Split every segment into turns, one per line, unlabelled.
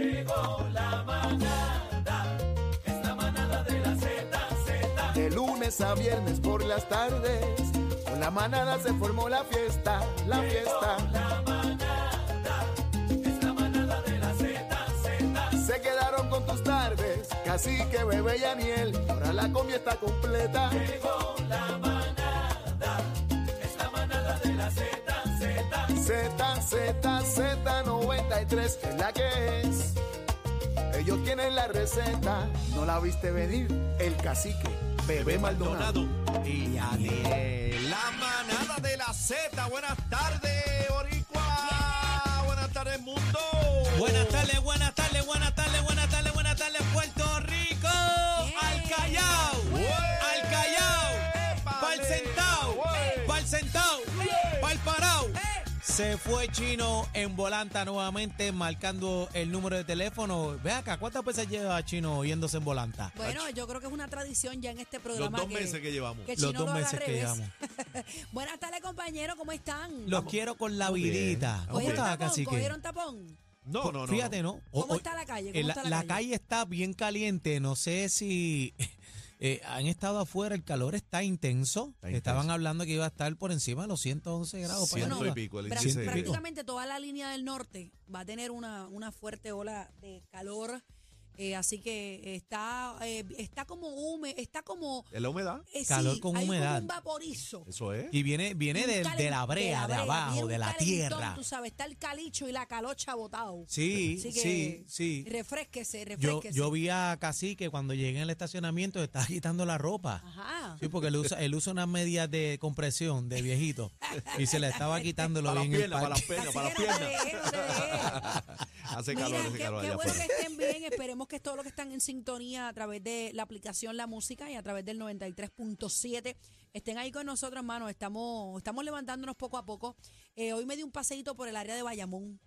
Llegó la manada, es la manada de la Z, Z.
De lunes a viernes por las tardes, con la manada se formó la fiesta, la fiesta.
La manada, es la manada de la Z, Z.
Se quedaron con tus tardes, cacique, bebé y Aniel, y ahora la comida está completa.
Llegó la manada, es la manada de la Z, Z.
Z, Z, Z93 es la que es. Ellos tienen la receta, no la viste venir, el cacique, bebé Maldonado.
Donado y Aniel. La manada de la Z. Buenas tardes, Boricua. Buenas tardes, mundo.
Buenas tardes, buenas tardes, buenas tardes, buenas tardes, buenas tardes, Puerto Rico. Al Callao,
Ué.
al Callao,
Épale.
pa'l Centao,
Ué.
pa'l Centao, pa'l Parao. Se fue Chino en volanta nuevamente, marcando el número de teléfono. Ve acá, ¿cuántas veces lleva Chino yéndose en volanta?
Bueno, yo creo que es una tradición ya en este programa.
dos meses que llevamos.
que
Los
Chino
dos
lo haga
meses
al
que
revés.
llevamos.
Buenas tardes, compañeros, ¿cómo están?
Los quiero con la vidita.
bien.
¿Cómo
Oye,
¿Cogieron
estás,
tapón?
cacique?
¿Cogieron tapón?
No, no, no.
Fíjate, ¿no? O-
¿Cómo
o-
está la calle?
Eh,
¿Cómo
la,
está la,
la calle está bien caliente, no sé si eh, han estado afuera, el calor está intenso.
Está intenso.
Estaban hablando que iba a estar por encima de los 111 grados. para
Ciento y
arriba.
pico, el
Pra-
índice.
Ciento y pico.
prácticamente toda la línea del norte va a tener una, una fuerte ola de calor. eh, así que está, eh, está como húmedo, está como...
¿Es la humedad?
eh, sí,
Calor con
hay como
humedad.
un vaporizo.
Eso es.
Y viene, viene
Un
de,
calen-
de la brea, de
viene
abajo,
un
de la
calentón,
tierra.
Tú sabes, está el calicho y la calocha botado.
Sí,
Así
sí,
que
sí.
refresquese,
Yo,
refresquese.
yo vi a Cacique cuando llegué al estacionamiento, le estaba quitando la ropa.
Ajá.
Sí, porque él usa, él usa unas medias de compresión de viejito y se le estaba quitando lo
Para las
bien el
piernas, para las
parque.
Así
piernas, para las
que no te
piernas.
dejes, no te dejes.
Hace
Mira,
calor, hace
qué,
calor
qué
allá
bueno que
afuera.
estén bien. Esperemos que todos los que están en sintonía a través de la aplicación La Música y a través del 93.7 estén ahí con nosotros, hermano. Estamos, estamos levantándonos poco a poco. Eh, hoy me di un paseíto por el área de Bayamón.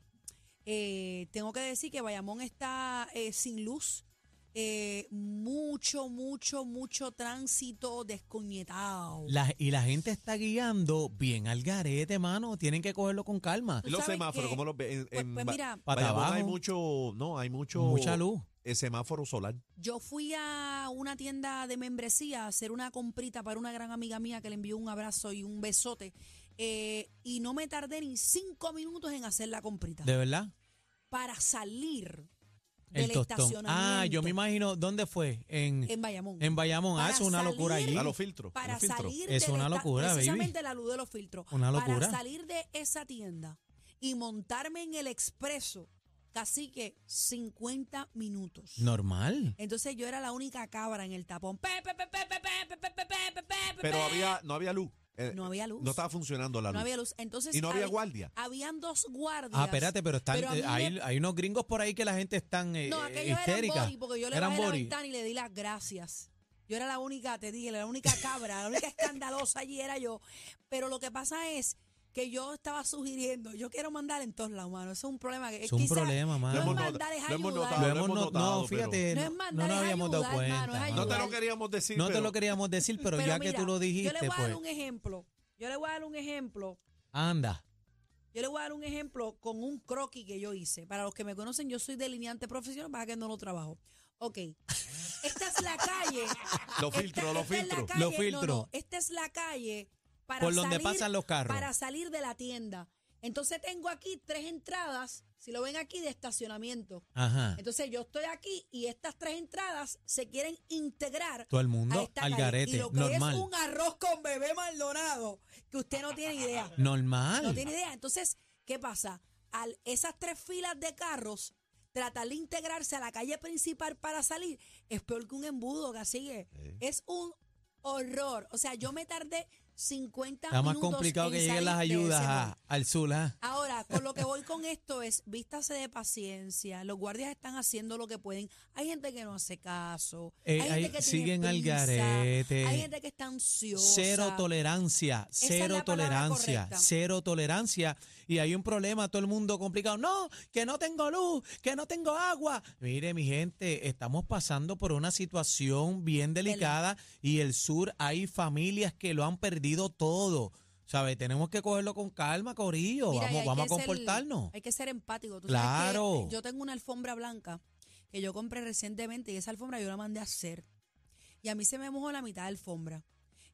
Eh, tengo que decir que Bayamón está eh, sin luz. Eh, mucho, mucho, mucho tránsito descoñetado.
La- y la gente está guiando bien al garete, mano. Tienen que cogerlo con calma.
¿Tú
Los
sabes
semáforos,
qué?
¿cómo los ve? En,
Pues-
en
pues
Ba-
mira.
Para
Bayamón
abajo.
hay mucho, no, hay mucho.
Mucha luz.
eh, semáforo solar.
Yo fui a una tienda de membresía a hacer una comprita para una gran amiga mía que le envió un abrazo y un besote. eh, y no me tardé ni cinco minutos en hacer la comprita.
¿De verdad?
para salir
El
del
tostón.
estacionamiento
Ah, yo me imagino, ¿dónde fue? En,
en Bayamón.
en Bayamón. Ah,
Para
eso es una locura
salir-
allí.
A los filtros. a
para
los filtros.
salir
Es
del
una
esta-
locura, baby.
precisamente la luz de los filtros.
Una locura.
Para salir de esa tienda y montarme en el expreso, casi que 50 minutos.
Normal.
Entonces yo era la única cabra en el tapón. Pe, pe, pe, pe, pe, pe, pe, pe, pe, pe, pe, pe,
Pero
pe.
había, no había luz. Eh,
No había luz.
No estaba funcionando la luz.
no había luz. Entonces
Y no había
habi-
guardia.
Habían dos guardias.
Ah, espérate, pero, están,
Pero a mí
eh, hay,
me-
hay unos gringos por ahí que la gente están eh,
No,
eh,
aquellos
histérica.
eran body porque yo le
Eran
bajé la
body.
ventana y le di las gracias. Yo era la única, te dije, la única cabra, la única escandalosa allí era yo. Pero lo que pasa es que yo estaba sugiriendo, yo quiero mandar en todos lados, mano. Eso es un problema. que-
Es un
quizá
problema, mano.
No
Lo
es
hemos
mandar, es
notado, lo hemos
ayudar.
Ah,
Lo
lo
hemos
hemos
no,
notado,
no, fíjate, no,
pero- No es
no
mandar,
nos
es
habíamos dado
ayudar,
cuenta.
hermano, es
mano.
No te
ayudar.
lo queríamos decir.
No te
pero-
lo queríamos decir, pero,
Pero
ya que
mira,
tú lo
Yo
dijiste,
le voy a dar
pues,
un ejemplo. Yo le voy a dar un ejemplo.
anda.
Yo le voy a dar un ejemplo con un croquis que yo hice. Para los que me conocen, yo soy delineante profesional, para que no lo trabajo. Ok. Esta es la calle.
Lo
Esta-
filtro,
esta
lo
es la
filtro.
calle-
Lo
no,
filtro.
no, esta es la calle para
Por donde
salir-
pasan los carros.
Para salir de la tienda. Entonces tengo aquí tres entradas, si lo ven aquí, de estacionamiento.
Ajá.
Entonces yo estoy aquí y estas tres entradas se quieren integrar
Todo el
a
mundo
esta
al
calle.
garete,
Y lo que
normal.
es un arroz con bebé Maldonado, que usted no tiene idea.
Normal.
No tiene idea. Entonces, ¿qué pasa? Al esas tres filas de carros, tratar de integrarse a la calle principal para salir es peor que un embudo, Cacique. Es un horror. O sea, yo me tardé 50
Está más
minutos
complicado
en
que lleguen las
salir de
ayudas
ese
a-
mall.
al sur, ¿ah? ajá.
Ahora, con lo que voy con esto es, vístase de paciencia, los guardias están haciendo lo que pueden, hay gente que no hace caso,
Eh,
hay
hay-
gente que
siguen
tiene
al
prisa,
garete.
hay gente que está ansiosa.
Cero tolerancia,
es la
cero
palabra
tolerancia,
correcta.
cero tolerancia. Y hay un problema, todo el mundo complicado. No, que no tengo luz, que no tengo agua. Mire, mi gente, estamos pasando por una situación bien delicada y el sur hay familias que lo han perdido todo. ¿Sabes? Tenemos que cogerlo con calma, Corillo.
Mira, y
vamos
hay
vamos a
que ser-
comportarnos.
hay que ser empático. Tú Sabes
Claro.
que yo tengo una alfombra blanca que yo compré recientemente y esa alfombra yo la mandé a hacer. Y a mí se me mojó la mitad de la alfombra.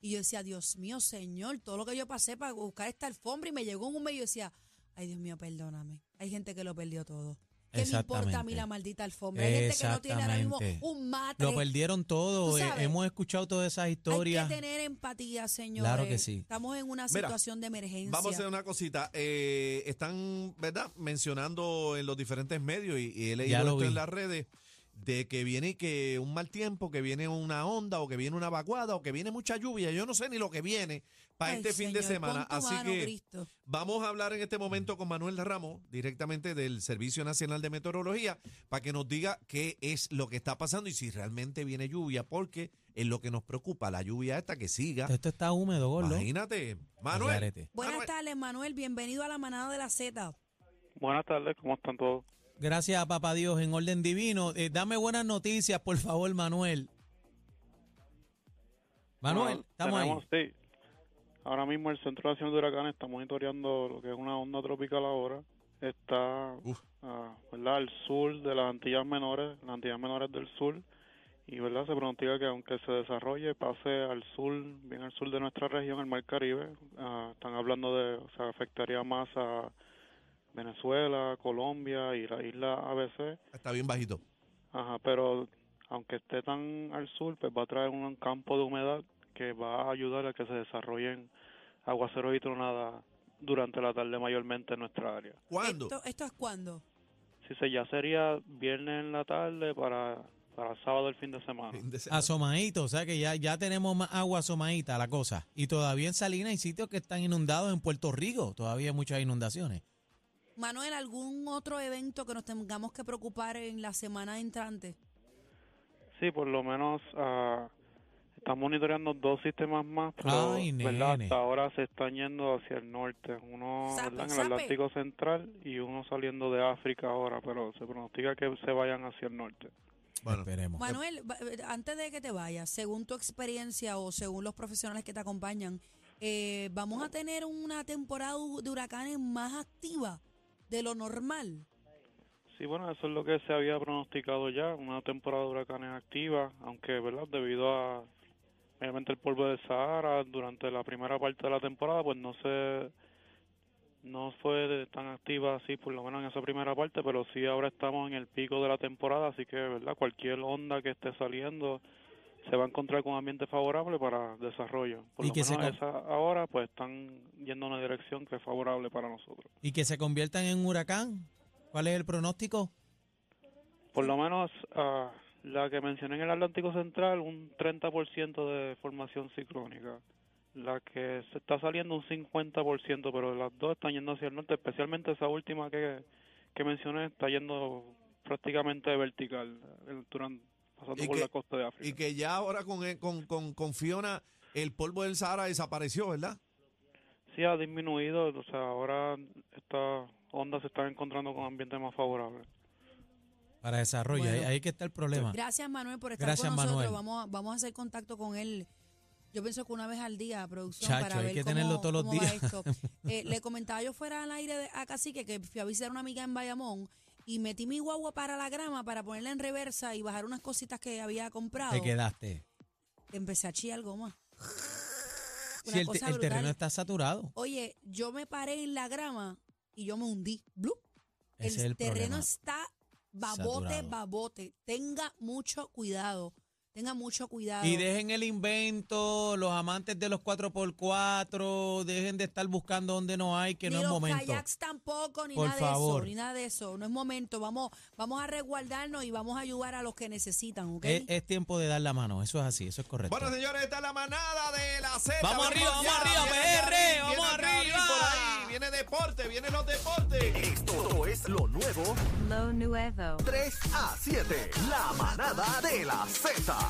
Y yo decía, Dios mío, Señor, todo lo que yo pasé para buscar esta alfombra y me llegó en un mes y yo decía, ay, Dios mío, perdóname. Hay gente que lo perdió todo. ¿Qué me importa a mí
Exactamente.
la maldita alfombra? Hay gente que no tiene ahora mismo
Exactamente.
un matre.
Lo perdieron todo.
Tú
eh,
sabes,
hemos escuchado todas esas historias.
Hay que tener empatía, señores.
Claro que sí.
Estamos en una
Mira,
situación de emergencia.
Vamos a hacer una cosita. Eh, están, ¿verdad? Mencionando en los diferentes medios y, y he leído
Ya lo
esto
vi.
en las redes de que viene que un mal tiempo, que viene una onda o que viene una vaguada o que viene mucha lluvia. Yo no sé ni lo que viene para
Ay,
este fin de
Señor, pon
semana.
tu
Así
mano,
que
Cristo.
vamos a hablar en este momento con Manuel Ramos, directamente del Servicio Nacional de Meteorología, para que nos diga qué es lo que está pasando y si realmente viene lluvia, porque es lo que nos preocupa, la lluvia esta que siga.
Esto está húmedo, gordo.
Imagínate, Manuel.
Al garete.
Buenas
Manuel.
tardes, Manuel. Bienvenido a la manada de la Z.
Buenas tardes, ¿cómo están todos?
Gracias, papá Dios, en orden divino. Eh, dame buenas noticias, por favor, Manuel. Manuel,
Bueno,
estamos ahí.
tenemos- sí. Ahora mismo el Centro Nacional de Huracanes está monitoreando lo que es una onda tropical ahora. Está
Uf.
ah, ¿verdad? al sur de las Antillas Menores, las Antillas Menores del Sur. Y verdad se pronostica que aunque se desarrolle, pase al sur, bien al sur de nuestra región, el Mar Caribe. Ah, están hablando de, o sea, afectaría más a Venezuela, Colombia y la isla ABC.
Está bien bajito.
Ajá, pero aunque esté tan al sur, pues va a traer un campo de humedad que va a ayudar a que se desarrollen aguaceros y tronadas durante la tarde mayormente en nuestra área.
¿Cuándo?
¿Esto, esto es cuándo?
Sí, se ya sería viernes en la tarde para, para sábado el fin de semana.
Fin de semana.
Asomadito, o sea que ya, ya tenemos más agua asomadita la cosa. Y todavía en Salinas hay sitios que están inundados en Puerto Rico. Todavía hay muchas inundaciones.
Manuel, ¿algún otro evento que nos tengamos que preocupar en la semana entrante?
Sí, por lo menos ah, están monitoreando dos sistemas más, pero
Ay,
¿verdad?
nene.
hasta ahora se están yendo hacia el norte, uno
Sape,
¿verdad? en
sape.
el Atlántico Central y uno saliendo de África ahora, pero se pronostica que se vayan hacia el norte.
Bueno,
Esperemos.
Manuel, va- eh, antes de que te vayas, según tu experiencia o según los profesionales que te acompañan, eh, ¿vamos a tener una temporada hu- de huracanes más activa de lo normal?
Sí, bueno, eso es lo que se había pronosticado ya, una temporada de huracanes activa, aunque, ¿verdad? Debido a, obviamente, el polvo del Sahara, durante la primera parte de la temporada, pues no se, no fue de- tan activa así, por lo menos en esa primera parte, pero sí ahora estamos en el pico de la temporada, así que, ¿verdad? Cualquier onda que esté saliendo se va a encontrar con un ambiente favorable para desarrollo. Por
Y
lo
que se
menos
con-
esa ahora, pues están yendo en una dirección que es favorable para nosotros.
Y que se conviertan en huracán. ¿Cuál es el pronóstico?
Por lo menos ah, la que mencioné en el Atlántico Central, un 30% de formación ciclónica. La que se está saliendo un 50%, pero las dos están yendo hacia el norte, especialmente esa última que, que mencioné está yendo prácticamente vertical, eh, duran- pasando
Y
por
que-
la costa de África.
y que ya ahora con, con, con, con Fiona el polvo del Sahara desapareció, ¿verdad?
Sí ha disminuido, o sea, ahora estas ondas se están encontrando con ambientes más favorables.
Para desarrollo.
Bueno.
ahí, ahí que está el problema.
Gracias, Manuel, por estar
Gracias,
con nosotros.
Manuel.
Vamos, a, vamos a hacer contacto con él. Yo pienso que una vez al día, producción,
Chacho,
para
hay
ver
que
cómo,
tenerlo todos los
cómo va
días.
esto. Eh, le comentaba yo fuera al aire de- a Cacique que fui a visitar a una amiga en Bayamón y metí mi guagua para la grama para ponerla en reversa y bajar unas cositas que había comprado.
Te quedaste.
Empecé a chillar goma. Una
Si el, te-
cosa
el
brutal.
terreno está saturado.
Oye, yo me paré en la grama y yo me hundí. ¡Blup!
Ese es el
terreno
problema.
está babote,
Saturado.
babote. Tenga mucho cuidado. Tenga mucho cuidado.
Y dejen el invento, los amantes de los 4x4, dejen de estar buscando donde no hay, que
ni
no es
los
momento.
kayaks tampoco, ni
Por
nada de
favor.
eso, ni nada de eso. No es momento. Vamos, vamos a resguardarnos y vamos a ayudar a los que necesitan, ¿ok?
Es, es tiempo de dar la mano, eso es así, eso es correcto.
Bueno, señores, está la manada de la Z.
Vamos arriba, vamos arriba, PR, vamos arriba.
por ahí, viene deporte, vienen los deportes.
Esto es lo nuevo
Lo nuevo.
3 a 7. La manada de la Z.